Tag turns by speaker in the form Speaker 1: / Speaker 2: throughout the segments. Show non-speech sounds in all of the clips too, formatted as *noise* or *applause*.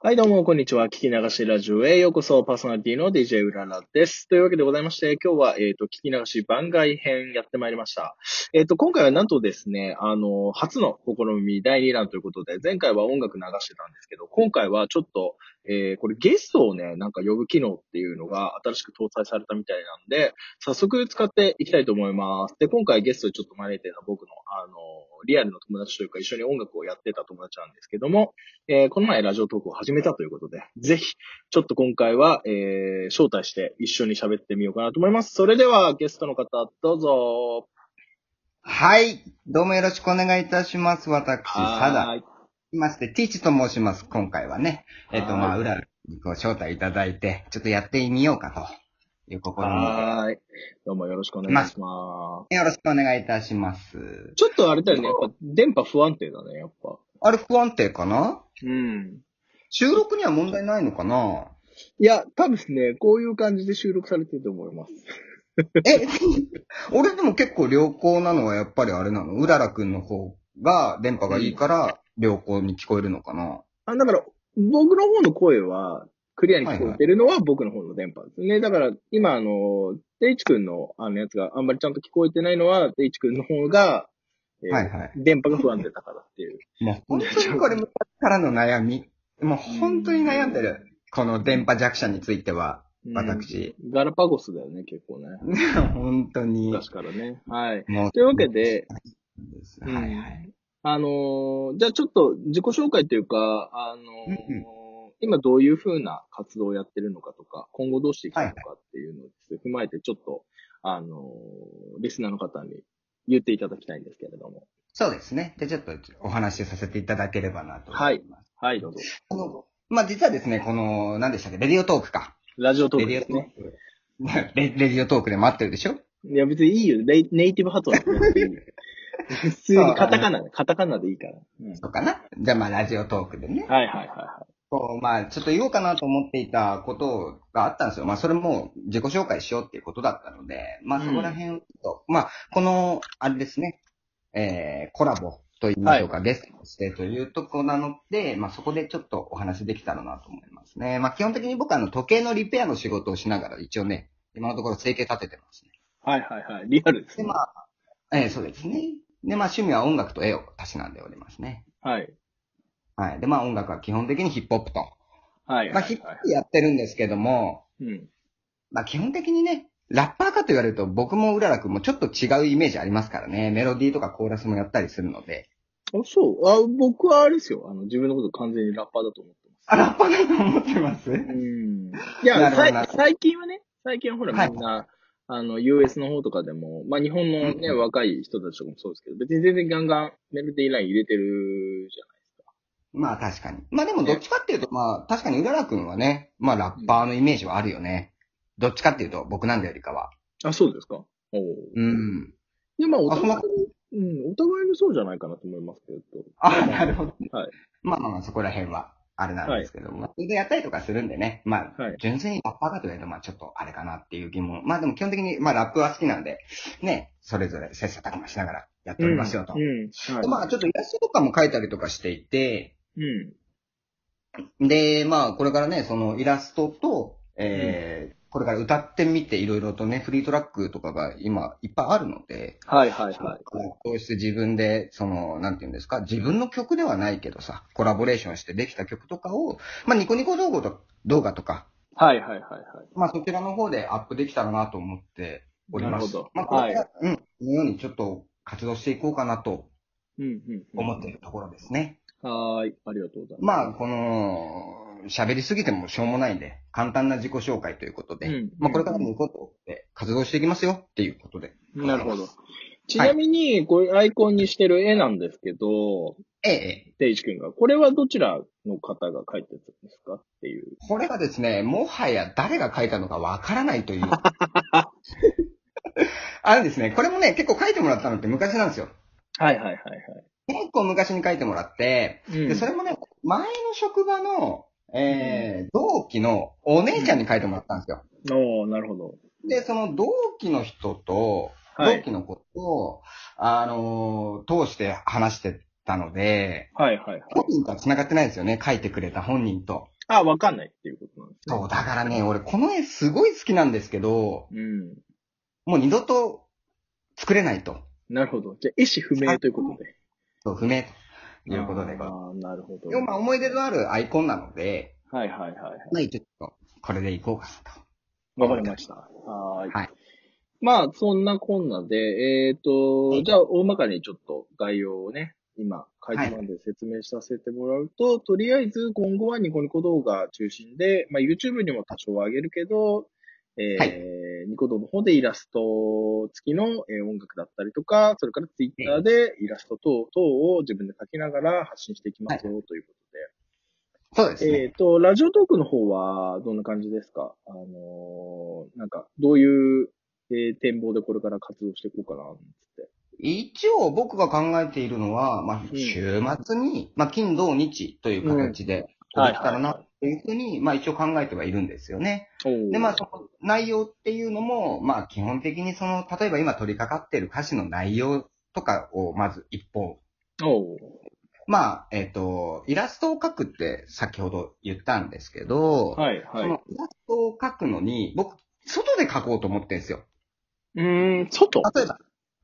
Speaker 1: はい、どうも、こんにちは。聞き流しラジオへようこそ、パーソナリティの DJ うららです。というわけでございまして、今日は、えっ、と、聞き流し番外編やってまいりました。えっ、と、今回はなんとですね、あの、初の試み第2弾ということで、前回は音楽流してたんですけど、今回はちょっと、えーこれゲストをね、なんか呼ぶ機能っていうのが新しく搭載されたみたいなんで、早速使っていきたいと思います。で、今回ゲストにちょっと招いてるのは僕の、あの、リアルの友達というか一緒に音楽をやってた友達なんですけども、えーこの前ラジオトークを始めたということで、ぜひ、ちょっと今回は、えー招待して一緒に喋ってみようかなと思います。それでは、ゲストの方、どうぞ。
Speaker 2: はい。どうもよろしくお願いいたします。私、サダ。
Speaker 1: ーい。
Speaker 2: いまして、ティーチと申します。今回はね。えっ、と、
Speaker 1: はい
Speaker 2: まあ、うららにご招待いただいて、ちょっとやってみようかという試み
Speaker 1: はーい。どうもよろしくお願いします。
Speaker 2: で。よろしくお願いいたします。
Speaker 1: ちょっとあれだよね、やっぱ、電波不安定だね、やっぱ。
Speaker 2: あれ不安定かな
Speaker 1: うん。
Speaker 2: 収録には問題ないの
Speaker 1: *laughs*
Speaker 2: かない
Speaker 1: や、多分ね、こういう感じで収録されてると思います。
Speaker 2: え、 *laughs* 俺でも結構良好なのはやっぱりあれなのうららくんの方が電波がいいから良好に聞こえるのかな
Speaker 1: あ、だから、僕の方の声は、クリアに聞こえてるのは僕の方の電波ですね。だから、今、あの、デイチ君の、あの、やつがあんまりちゃんと聞こえてないのは、デイチ君の方が、えー
Speaker 2: はいはい
Speaker 1: 電波が不安定だからっていう。
Speaker 2: もう本当にこれ昔からの悩み。もう本当に悩んでる。この電波弱者については、私。 *laughs*
Speaker 1: うん。ガラパゴスだよね、結構ね。
Speaker 2: 本当に。
Speaker 1: 昔からね。はい。
Speaker 2: もう
Speaker 1: というわけで、
Speaker 2: はいはい。
Speaker 1: い。あのーじゃあちょっと自己紹介というか、あのー
Speaker 2: うんうん
Speaker 1: 今どういうふうな活動をやってるのかとか、今後どうしていくのかっていうのをですね踏まえて、ちょっと、あのーリスナーの方に言っていただきたいんですけれども。
Speaker 2: そうですね。で、ちょっとお話しさせていただければなと思います。
Speaker 1: はい、どうぞ。
Speaker 2: このまあ実はですね、この、何でしたっけ、レディオトークか。
Speaker 1: ラジオトー
Speaker 2: レ
Speaker 1: ク
Speaker 2: デ
Speaker 1: で
Speaker 2: ィオ
Speaker 1: す
Speaker 2: トー
Speaker 1: ね。
Speaker 2: ク。 *laughs* レレディオトークで待ってるでしょ
Speaker 1: いや、別にいいよ。レイネイティブ発音だから別に普通にカタカナね、カタカナでいいから。うん
Speaker 2: そうかなじゃあまあラジオトークでね。
Speaker 1: はいはいはいは
Speaker 2: こう、まあ、ちょっと言おうかなと思っていたことがあったんですよ。まあ、それも自己紹介しようっていうことだったので、まあ、
Speaker 1: うん
Speaker 2: そこら辺を、まあ、この、あれですね、えー、コラボと言いましょうか、ゲストとしてというとこなので、まあ、そこでちょっとお話できたらなと思いますね。まあ、基本的に僕はあの、時計のリペアの仕事をしながら、一応ね、今のところ整形立ててますね。
Speaker 1: い。はいはいはい。リアルです
Speaker 2: で、
Speaker 1: ね
Speaker 2: ま。あ、えー、そうですね。で、まあ、趣味は音楽と絵をたしなんでおりますね。
Speaker 1: はい。
Speaker 2: はい。で、まあ、音楽は基本的にヒップホップと。
Speaker 1: はい。
Speaker 2: ま
Speaker 1: は
Speaker 2: あ、
Speaker 1: いは
Speaker 2: ヒッ
Speaker 1: い
Speaker 2: プホップやってるんですけども、
Speaker 1: うん。
Speaker 2: まあ基本的にね、ラッパーかと言われると僕もうららくんもちょっと違うイメージありますからね。メロディーとかコーラスもやったりするので。
Speaker 1: あ、そう。あ、僕はあれですよ。あの、自分のこと完全にラッパーだと思ってます。
Speaker 2: あ、ラッパーだと思ってます
Speaker 1: うん。い
Speaker 2: な
Speaker 1: や、
Speaker 2: るほど
Speaker 1: さ
Speaker 2: な
Speaker 1: い最近はね、最近はほら
Speaker 2: はい
Speaker 1: みんな、あの、US の方とかでも、まあ日本のね、
Speaker 2: うん
Speaker 1: 若い人たちとかもそうですけど、別に全然ガンガンメロディーライン入れてるじ
Speaker 2: まあ確かに。まあでもどっちかっていうと、まあ確かにうららくんはね、まあラッパーのイメージはあるよね。どっちかっていうと僕なんだよりかは。
Speaker 1: ゃん。あ、そうですかおお。
Speaker 2: う。ん。
Speaker 1: いや、まあお
Speaker 2: あ、そん
Speaker 1: 互い
Speaker 2: な、
Speaker 1: に、うん、お互いにそうじゃないかなと思いますけど。
Speaker 2: あ、なるほど。
Speaker 1: はい。
Speaker 2: まあまあまあそこら辺は。あれなんですけども、それでやったりとかするんでね、まあ、
Speaker 1: はい
Speaker 2: 純粋にラッパーかと言われると、まあちょっとあれかなっていう疑問。まあでも基本的に、まあラップは好きなんで、ね、それぞれ切磋琢磨しながらやっておりますよと。
Speaker 1: うん。うん。はい。
Speaker 2: でまあちょっとイラストとかも描いたりとかしていて、
Speaker 1: うん。
Speaker 2: で、まあこれからね、そのイラストと、えーこれから歌ってみていろいろとね、フリートラックとかが今いっぱいあるので、
Speaker 1: はいはいはい。
Speaker 2: こうして自分で、その、なんて言うんですか、自分の曲ではないけどさ、コラボレーションしてできた曲とかを、まあニコニコ動画と動画とか、
Speaker 1: はいはいはいはい。
Speaker 2: まあそちらの方でアップできたらなと思っております。
Speaker 1: なるほど
Speaker 2: まあこれから、うん、このようにちょっと活動していこうかなと
Speaker 1: うんうん、うん。
Speaker 2: 思っているところですね。
Speaker 1: はーい。ありがとうございます。
Speaker 2: まあ、この、喋りすぎてもしょうもないんで、簡単な自己紹介ということで、
Speaker 1: うん
Speaker 2: まあこれからも行こうと思って活動していきますよっていうことで。
Speaker 1: なるほど。ちなみに、これアイコンにしてる絵なんですけど、
Speaker 2: ええ、
Speaker 1: デイジ君が、これはどちらの方が描いてたんですかっていう。
Speaker 2: これがですね、もはや誰が書いたのかわからない
Speaker 1: *laughs*
Speaker 2: という。あれですね、これもね、結構書いてもらったのって昔なんですよ。
Speaker 1: はいはいはい
Speaker 2: 結構昔に書いてもらって、
Speaker 1: はい。
Speaker 2: で、それもね、前の職場の、えー、同期のお姉ちゃんに書いてもらったんですよ。
Speaker 1: おーなるほど。
Speaker 2: で、その同期の人と、
Speaker 1: は
Speaker 2: 同
Speaker 1: い。
Speaker 2: 期のことを、あのー通して話してたので、
Speaker 1: はいはいはい。
Speaker 2: 本人とは繋がってないですよね、書いてくれた本人と。
Speaker 1: あ、わかんないっていうことなんですね。
Speaker 2: そう、だからね、俺この絵すごい好きなんですけど、
Speaker 1: うん。
Speaker 2: もう二度と作れないと。
Speaker 1: なるほど。じゃあ、意思不明ということで。
Speaker 2: そう不明ということで。
Speaker 1: ああ、なるほど。
Speaker 2: 要はまあ思い出のあるアイコンなので、
Speaker 1: はいはいはい。
Speaker 2: まあちょっと、これでいこうかなと。
Speaker 1: わかりました。はーい。
Speaker 2: はい
Speaker 1: まあ、そんなこんなで、えっ、
Speaker 2: は
Speaker 1: と、
Speaker 2: い
Speaker 1: じゃあ、大まかにちょっと概要をね、今、かいつまんで説明させてもらうと、とりあえず今後はニコニコ動画中心で、まあ、YouTube にも多少は上げるけど、えー
Speaker 2: はい
Speaker 1: ニコ動の方でイラスト付きの、えー音楽だったりとか、それから Twitter でイラスト等等を自分で描きながら発信していきますよ、ということで。
Speaker 2: そうですね。
Speaker 1: えっ、と、ラジオトークの方はどんな感じですかあのーなんか、どういう、えー展望でこれから活動していこうかな、つって。
Speaker 2: 一応僕が考えているのは、まあ、
Speaker 1: うん
Speaker 2: 週末に、まあ、金、土、日という形で、できたらな、というふうに、まあ、一応考えてはいるんですよね。
Speaker 1: お
Speaker 2: で、まあ、その内容っていうのも、まあ、基本的にその、例えば今取り掛かっている歌詞の内容とかを、まず一本。
Speaker 1: あ、おう
Speaker 2: まあ、えっ、と、イラストを描くって先ほど言ったんですけど、
Speaker 1: はい、は
Speaker 2: そ
Speaker 1: い。
Speaker 2: のイラストを描くのに、僕、外で描こうと思ってるんですよ。
Speaker 1: うーん、外
Speaker 2: 例えば、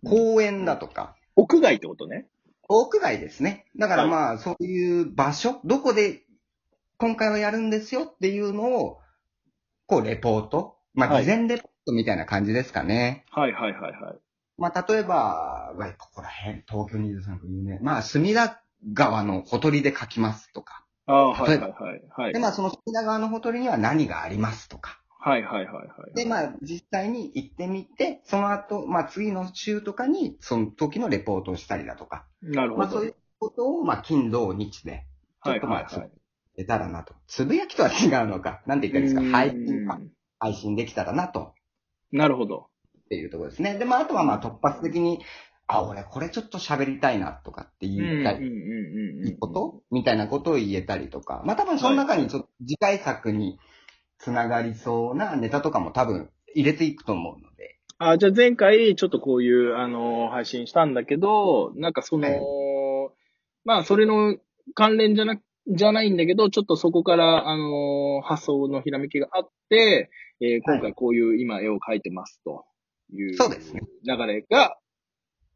Speaker 2: 公園だとか、
Speaker 1: 屋外ってことね。
Speaker 2: 屋外ですね。だからまあ、そういう場所、どこで今回はやるんですよっていうのを、こう、レポート。ま
Speaker 1: は
Speaker 2: あ、
Speaker 1: い
Speaker 2: 事前レポートみたいな感じですかね。
Speaker 1: はい、はい、はい、はい。
Speaker 2: まあ、例えば、まあここら辺、東京23区有名。まあ、隅田川のほとりで書きますとか。
Speaker 1: ああ、は
Speaker 2: 例
Speaker 1: い、
Speaker 2: え
Speaker 1: は
Speaker 2: ば
Speaker 1: い、はい。はい、
Speaker 2: で、まあ、その隅田川のほとりには何がありますとか。
Speaker 1: はい、はい、はい。はい
Speaker 2: で、まあ、実際に行ってみて、その後、まあ、次の週とかに、その時のレポートをしたりだとか。
Speaker 1: なるほど。
Speaker 2: まあ、そういうことを、まあ、金、土、日で。ちょ
Speaker 1: は
Speaker 2: っ
Speaker 1: い、
Speaker 2: とま
Speaker 1: は
Speaker 2: あ
Speaker 1: い、はい。
Speaker 2: 出たらなと。つぶやきとは違うのか。なんて言ったらいいんで
Speaker 1: う
Speaker 2: すか。配信
Speaker 1: ー
Speaker 2: か。
Speaker 1: ん
Speaker 2: 配信できたらなと。
Speaker 1: なるほど。
Speaker 2: っていうところですね。で、まあ、あとはまあ突発的に、あ、俺これちょっと喋りたいなとかって
Speaker 1: うん、うん、
Speaker 2: 言
Speaker 1: う
Speaker 2: い
Speaker 1: ん
Speaker 2: たい。
Speaker 1: うん。うん
Speaker 2: ことみたいなことを言えたりとか。まあ、多分その中にちょっと次回作につながりそうなネタとかも多分入れていくと思うので。
Speaker 1: あ、じゃあ前回、ちょっとこういう、あの、配信したんだけど、なんかその、
Speaker 2: はい
Speaker 1: まあ、それの関連じゃな、じゃないんだけど、ちょっとそこから、あの、発想のひらめきがあって、えー今
Speaker 2: は
Speaker 1: 回こういう今絵を描いてますという
Speaker 2: そうですね
Speaker 1: 流れが、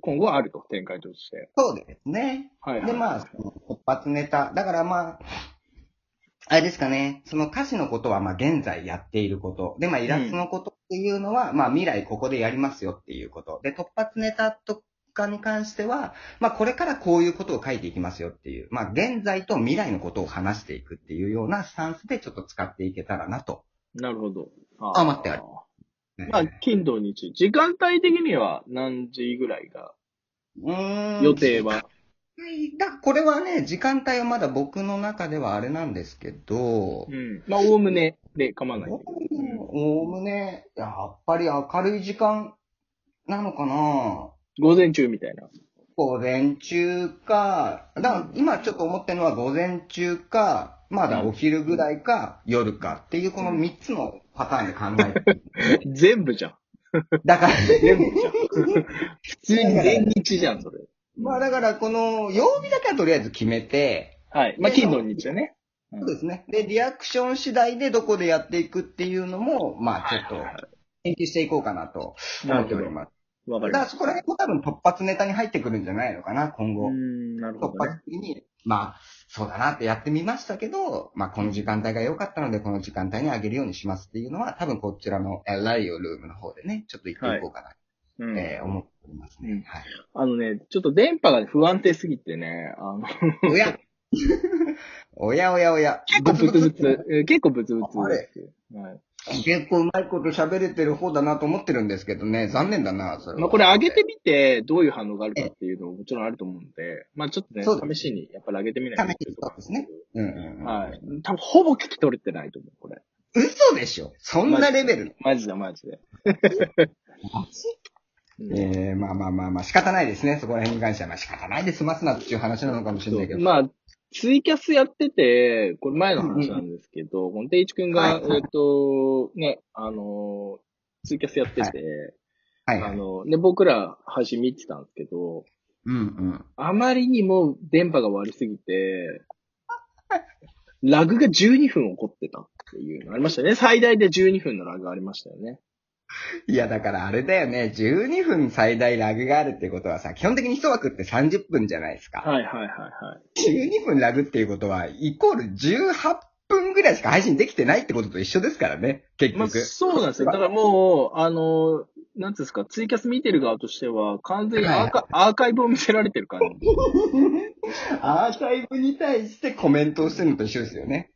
Speaker 1: 今後あると、展開として。
Speaker 2: そうですね。
Speaker 1: はい、はい。
Speaker 2: で、まあ、その突発ネタ。だからまあ、あれですかね。その歌詞のことは、まあ、現在やっていること。で、まあ、イラストのことっていうのは、まあ、未来ここでやりますよっていうこと。で、突発ネタとかに関しては、まあ、これからこういうことを書いていきますよっていう。まあ、現在と未来のことを話していくっていうようなスタンスでちょっと使っていけたらなと。
Speaker 1: なるほど。
Speaker 2: あ待ってある
Speaker 1: まあ、金土日。時間帯的には何時ぐらいが、
Speaker 2: うーん。
Speaker 1: 予定は。
Speaker 2: だ、これはね、時間帯はまだ僕の中ではあれなんですけど、
Speaker 1: うん。まあ、おおむねで構わないんだけど。うん
Speaker 2: おおむね、やっぱり明るい時間なのかな
Speaker 1: 午前中みたいな。
Speaker 2: 午前中か、だから今ちょっと思ってるのは午前中か、まだお昼ぐらいか、夜かっていうこの3つのパターンで考
Speaker 1: *laughs*
Speaker 2: えて
Speaker 1: 全部じゃん。
Speaker 2: る。だから、
Speaker 1: 全部じゃん。 *laughs* 普通に全日じゃん、それ。
Speaker 2: まあだからこの曜日だけはとりあえず決めて、
Speaker 1: はい。まあ、金土日だね。
Speaker 2: そうですね。で、リアクション次第でどこでやっていくっていうのも、まあちょっと研究していこうかなと思っております。
Speaker 1: わか
Speaker 2: だ
Speaker 1: りま
Speaker 2: から
Speaker 1: す。
Speaker 2: そこら辺も多分突発ネタに入ってくるんじゃないのかな、今後。
Speaker 1: うーん、なるほ
Speaker 2: 突
Speaker 1: どね。
Speaker 2: 発的に、まあ、そうだなってやってみましたけど、まあ、この時間帯が良かったので、この時間帯にあげるようにしますっていうのは、多分こちらのえーライオルームの方でね、ちょっと言っていこうかな、
Speaker 1: うん
Speaker 2: えー思っておりますね。
Speaker 1: うん
Speaker 2: はい。
Speaker 1: あのね、ちょっと電波が不安定すぎてね、あの、
Speaker 2: おや *laughs* おやおやおや。
Speaker 1: 結構ブツブツ、えー結構ブツブツ。
Speaker 2: あれ
Speaker 1: はい
Speaker 2: 結構うまいこと喋れてる方だなと思ってるんですけどね、残念だな、それは。
Speaker 1: まあこれ上げてみて、どういう反応があるかっていうのももちろんあると思うんで、まあちょっとね
Speaker 2: そう、で
Speaker 1: 試しにやっぱり上げてみないと
Speaker 2: 試しにそうですね。うんうんうん。
Speaker 1: はい。多分ほぼ聞き取れてないと思う、これ。
Speaker 2: 嘘でしょそんなレベルの。
Speaker 1: マジでマ
Speaker 2: *laughs*
Speaker 1: ジで。うん
Speaker 2: えー、まあまあまあまあ、仕方ないですね。そこら辺に関しては、まあ仕方ないで済ますなっていう話なのかもしれないけど。
Speaker 1: まあ、ツイキャスやってて、これ前の話なんですけど、この定一くんが、
Speaker 2: はいはい
Speaker 1: えっ、と、ね、あの、ツイキャスやってて、
Speaker 2: はいは
Speaker 1: あ
Speaker 2: い。
Speaker 1: の、ね、僕ら配信見てたんですけど、
Speaker 2: うんうん。
Speaker 1: あまりにも電波が悪すぎて、ラグが12分起こってたっていうのありましたね。最大で12分のラグがありましたよね。
Speaker 2: いや、だからあれだよね。12分最大ラグがあるってことはさ、基本的に一枠って30分じゃないですか。
Speaker 1: はいはいはいはい。
Speaker 2: 12分ラグっていうことは、イコール18分ぐらいしか配信できてないってことと一緒ですからね、結
Speaker 1: まあ、
Speaker 2: 局。
Speaker 1: そうなんですよ。だからもう、あの、なんていうんですか、ツイキャス見てる側としては、完全にアーカアーカイブを見せられてる感じ。
Speaker 2: アーカイブに対してコメントをしてるのと一緒ですよね。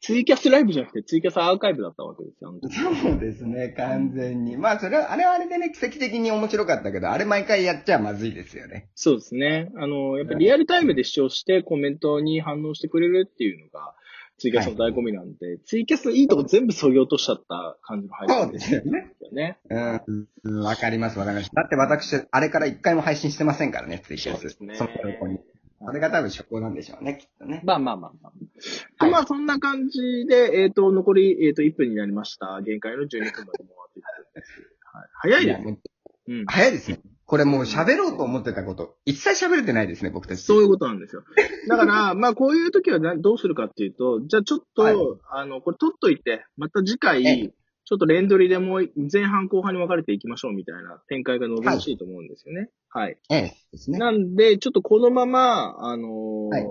Speaker 1: ツイキャスライブじゃなくて、ツイキャスアーカイブだったわけですよ。あの時
Speaker 2: そうですね、完全に。まあ、それは、あれはあれでね、奇跡的に面白かったけど、あれ毎回やっちゃまずいですよね。
Speaker 1: そうですね。あの、やっぱりリアルタイムで視聴してコメントに反応してくれるっていうのが、ツイキャスの醍醐味なんで、ツイキャスのいいとこ全部削ぎ落としちゃった感じの配
Speaker 2: そう
Speaker 1: 信
Speaker 2: で
Speaker 1: です
Speaker 2: よね。
Speaker 1: すよね。
Speaker 2: うんうん、わかります、わかります。だって私、あれから一回も配信してませんからね、ツイキャス。
Speaker 1: そうですね
Speaker 2: その横に。あれが多分初行なんでしょうね、きっとね。
Speaker 1: まあまあまあまあ。
Speaker 2: はい
Speaker 1: まあそんな感じで、えっ、と、残り、えっ、と、1分になりました。限界の12分までもうあと1分です。はい、早いですね。
Speaker 2: もう
Speaker 1: うん。
Speaker 2: 早いですね。これもう喋ろうと思ってたこと、一切喋れてないですね、僕たち。
Speaker 1: そういうことなん
Speaker 2: *laughs*
Speaker 1: ですよ。だから、まあこういう時はなどうするかっていうと、じゃあちょっと、
Speaker 2: はい
Speaker 1: あの、これ取っといて、また次回
Speaker 2: ええ、
Speaker 1: ちょっと連取りでもう前半後半に分かれていきましょうみたいな展開が望ましいと思うんですよね。はい。
Speaker 2: ええ、ですね。
Speaker 1: なんで、ちょっとこのまま、あのー
Speaker 2: はい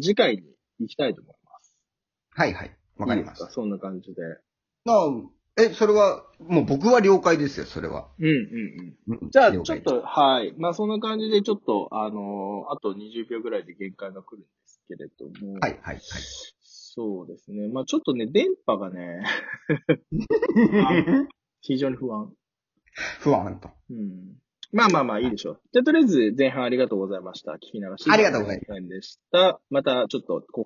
Speaker 1: 次回に行きたいと思います。
Speaker 2: はいはい。わかりま。
Speaker 1: いいですそんな感じで。
Speaker 2: なあえ、それは、もう僕は了解ですよ、それは。
Speaker 1: うんうんうん。
Speaker 2: うん
Speaker 1: じゃあ、
Speaker 2: 了
Speaker 1: ちょっ
Speaker 2: 解
Speaker 1: と、はい。まあ、そんな感じで、ちょっと、あのーあと20秒ぐらいで限界が来るんですけれども。
Speaker 2: はい、はい、はい。
Speaker 1: そうですね。まあ、ちょっとね、電波が *laughs* ね、非常に不安。
Speaker 2: 不安と。
Speaker 1: うん。まあまあまあ、いいでしょう。じゃあ、とりあえず前半ありがとうございました。聞き流し。
Speaker 2: ありがとうござい
Speaker 1: ました。また、ちょっと、こ